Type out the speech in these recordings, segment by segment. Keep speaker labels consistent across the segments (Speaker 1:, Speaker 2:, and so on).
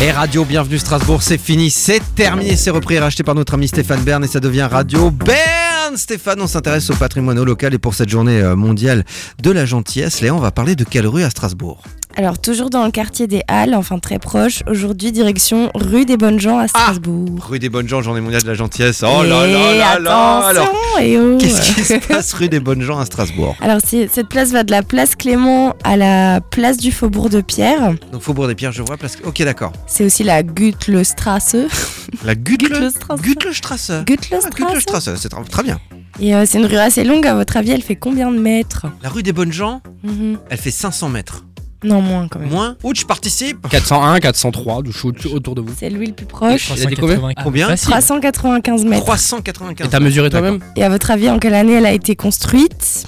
Speaker 1: Et Radio Bienvenue Strasbourg, c'est fini, c'est terminé, c'est repris et racheté par notre ami Stéphane Bern et ça devient Radio Bern. Stéphane, on s'intéresse au patrimoine local et pour cette journée euh, mondiale de la gentillesse, Léon, on va parler de quelle rue à Strasbourg
Speaker 2: Alors, toujours dans le quartier des Halles, enfin très proche, aujourd'hui direction rue des Bonnes Gens à Strasbourg.
Speaker 1: Rue des Bonnes Gens, journée mondiale de la gentillesse. Ah Oh là
Speaker 2: Et
Speaker 1: là là là
Speaker 2: Eh, attention,
Speaker 1: Alors,
Speaker 2: eh oh.
Speaker 1: qu'est-ce qui se passe rue des Bonnes Gens à Strasbourg
Speaker 2: Alors, c'est- cette place va de la place Clément à la place du Faubourg de Pierre.
Speaker 1: Donc Faubourg des Pierres, je vois, parce que... Ok, d'accord.
Speaker 2: C'est aussi la Gütlestrasse.
Speaker 1: Ah, La Gutle
Speaker 2: Gütlestrasse.
Speaker 1: Guttlestrasse. Ah,
Speaker 2: Gütlestrasse.
Speaker 1: Guttlestrasse, c'est tr- très bien.
Speaker 2: Et euh, c'est une rue assez longue, à votre avis, elle fait combien de mètres
Speaker 1: La rue des Bonnes Gens,
Speaker 2: Mhm.
Speaker 1: elle fait 500 mètres.
Speaker 2: Non, moins quand même.
Speaker 1: Moins, ouch, je participe
Speaker 3: 401, 403, du show autour de vous.
Speaker 2: C'est Louis le plus proche.
Speaker 3: Il a découvert
Speaker 4: 395.
Speaker 1: Combien
Speaker 2: bah,
Speaker 4: Facile.
Speaker 2: 395 mètres.
Speaker 1: 395.
Speaker 3: Et t'as mesuré toi-même
Speaker 2: Et à votre avis, en quelle année elle a été construite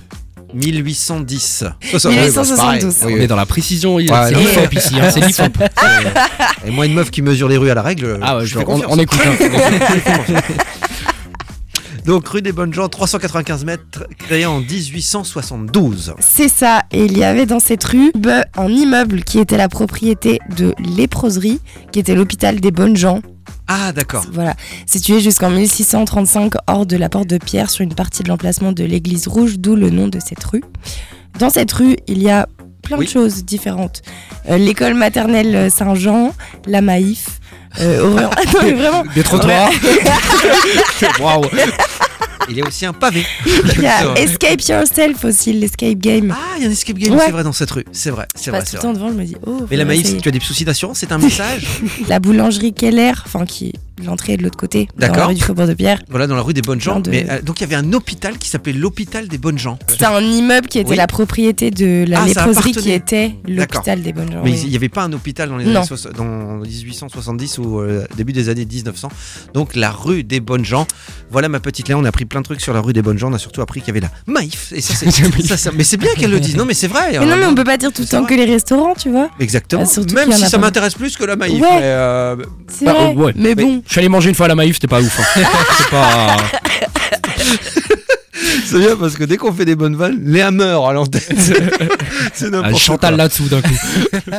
Speaker 1: 1810.
Speaker 2: 1872.
Speaker 1: Oui,
Speaker 3: On
Speaker 1: oui.
Speaker 3: est dans la précision, il-
Speaker 1: Ouais, Ah,
Speaker 3: c'est
Speaker 1: non.
Speaker 3: l'IFOP ici, hein, c'est l'IFOP.
Speaker 1: Et moi, une meuf qui mesure les rues à la règle,
Speaker 3: Ah ouais,
Speaker 1: je
Speaker 3: genre,
Speaker 1: fais
Speaker 3: on,
Speaker 1: confiance.
Speaker 3: on écoute. hein.
Speaker 1: Donc, rue des Bonnes Gens, 395 mètres, créée en 1872.
Speaker 2: C'est ça, et il y avait dans cette rue be- un immeuble qui était la propriété de léproserie, qui était l'hôpital des bonnes gens.
Speaker 1: Ah, d'accord.
Speaker 2: Voilà, situé jusqu'en 1635 hors de la porte de Pierre sur une partie de l'emplacement de l'église rouge, d'où le nom de cette rue. Dans cette rue, il y a plein
Speaker 1: Oui.
Speaker 2: de choses différentes. Euh, L'école maternelle Saint-Jean, la Maïf, euh, Orient-
Speaker 1: Ah,
Speaker 2: Non, mais vraiment,
Speaker 3: Des trottoirs. Waouh.
Speaker 1: Il y a aussi un pavé.
Speaker 2: il y a
Speaker 1: C'est vrai.
Speaker 2: Escape Yourself aussi, l'escape game.
Speaker 1: Ah, il y a un escape game,
Speaker 2: Ouais.
Speaker 1: c'est vrai, dans cette rue. C'est vrai, c'est
Speaker 2: Je
Speaker 1: vrai,
Speaker 2: passe tout
Speaker 1: c'est vrai.
Speaker 2: le temps devant, je me dis, oh.
Speaker 1: Mais la
Speaker 2: faut
Speaker 1: maïf,
Speaker 2: essayer.
Speaker 1: si tu as des soucis d'assurance, c'est un message.
Speaker 2: la boulangerie Keller, enfin qui l'entrée est de l'autre côté, dans la
Speaker 1: D'accord.
Speaker 2: rue du Faubourg de Pierre.
Speaker 1: voilà, dans la rue des Bonnes Gens.
Speaker 2: Plein de-
Speaker 1: Mais, euh, donc, il y avait un hôpital qui s'appelait l'hôpital des Bonnes Gens.
Speaker 2: C'était un immeuble qui était
Speaker 1: Oui.
Speaker 2: la propriété de la
Speaker 1: Ah, ça
Speaker 2: léproserie qui
Speaker 1: appartenait.
Speaker 2: était
Speaker 1: D'accord.
Speaker 2: l'hôpital des bonnes gens.
Speaker 1: Mais
Speaker 2: oui.
Speaker 1: il n'y avait pas un hôpital dans les
Speaker 2: Non.
Speaker 1: années soix- dans 1870 ou euh, début des années 1900. Donc la rue des Bonnes Gens. Voilà ma petite Léa, on a appris plein de trucs sur la rue des Bonnes Gens. On a surtout appris qu'il y avait la Maïf. Et ça, c'est, ça, ça- mais c'est bien qu'elle le dise. Non, mais c'est vrai.
Speaker 2: Mais non, mais on peut pas dire tout le
Speaker 1: hein. C'est
Speaker 2: temps
Speaker 1: vrai.
Speaker 2: que les restaurants, tu vois.
Speaker 1: Exactement.
Speaker 2: Ah, surtout
Speaker 1: Même
Speaker 2: qu'il y en
Speaker 1: si
Speaker 2: a
Speaker 1: ça
Speaker 2: pas.
Speaker 1: m'intéresse plus que la Maïf.
Speaker 2: Ouais.
Speaker 1: mais, euh,
Speaker 2: C'est
Speaker 3: Bah,
Speaker 2: vrai.
Speaker 3: euh, ouais.
Speaker 2: Mais
Speaker 1: Mais-
Speaker 2: bon,
Speaker 3: Je suis allé manger une fois à la Maïf, c'était pas ouf. hein. C'est pas. euh,
Speaker 1: c'est bien parce que dès qu'on fait des bonnes vannes, Léa meurt à l'antenne. c'est n'importe
Speaker 3: Ah, Chantal là-dessous d'un coup.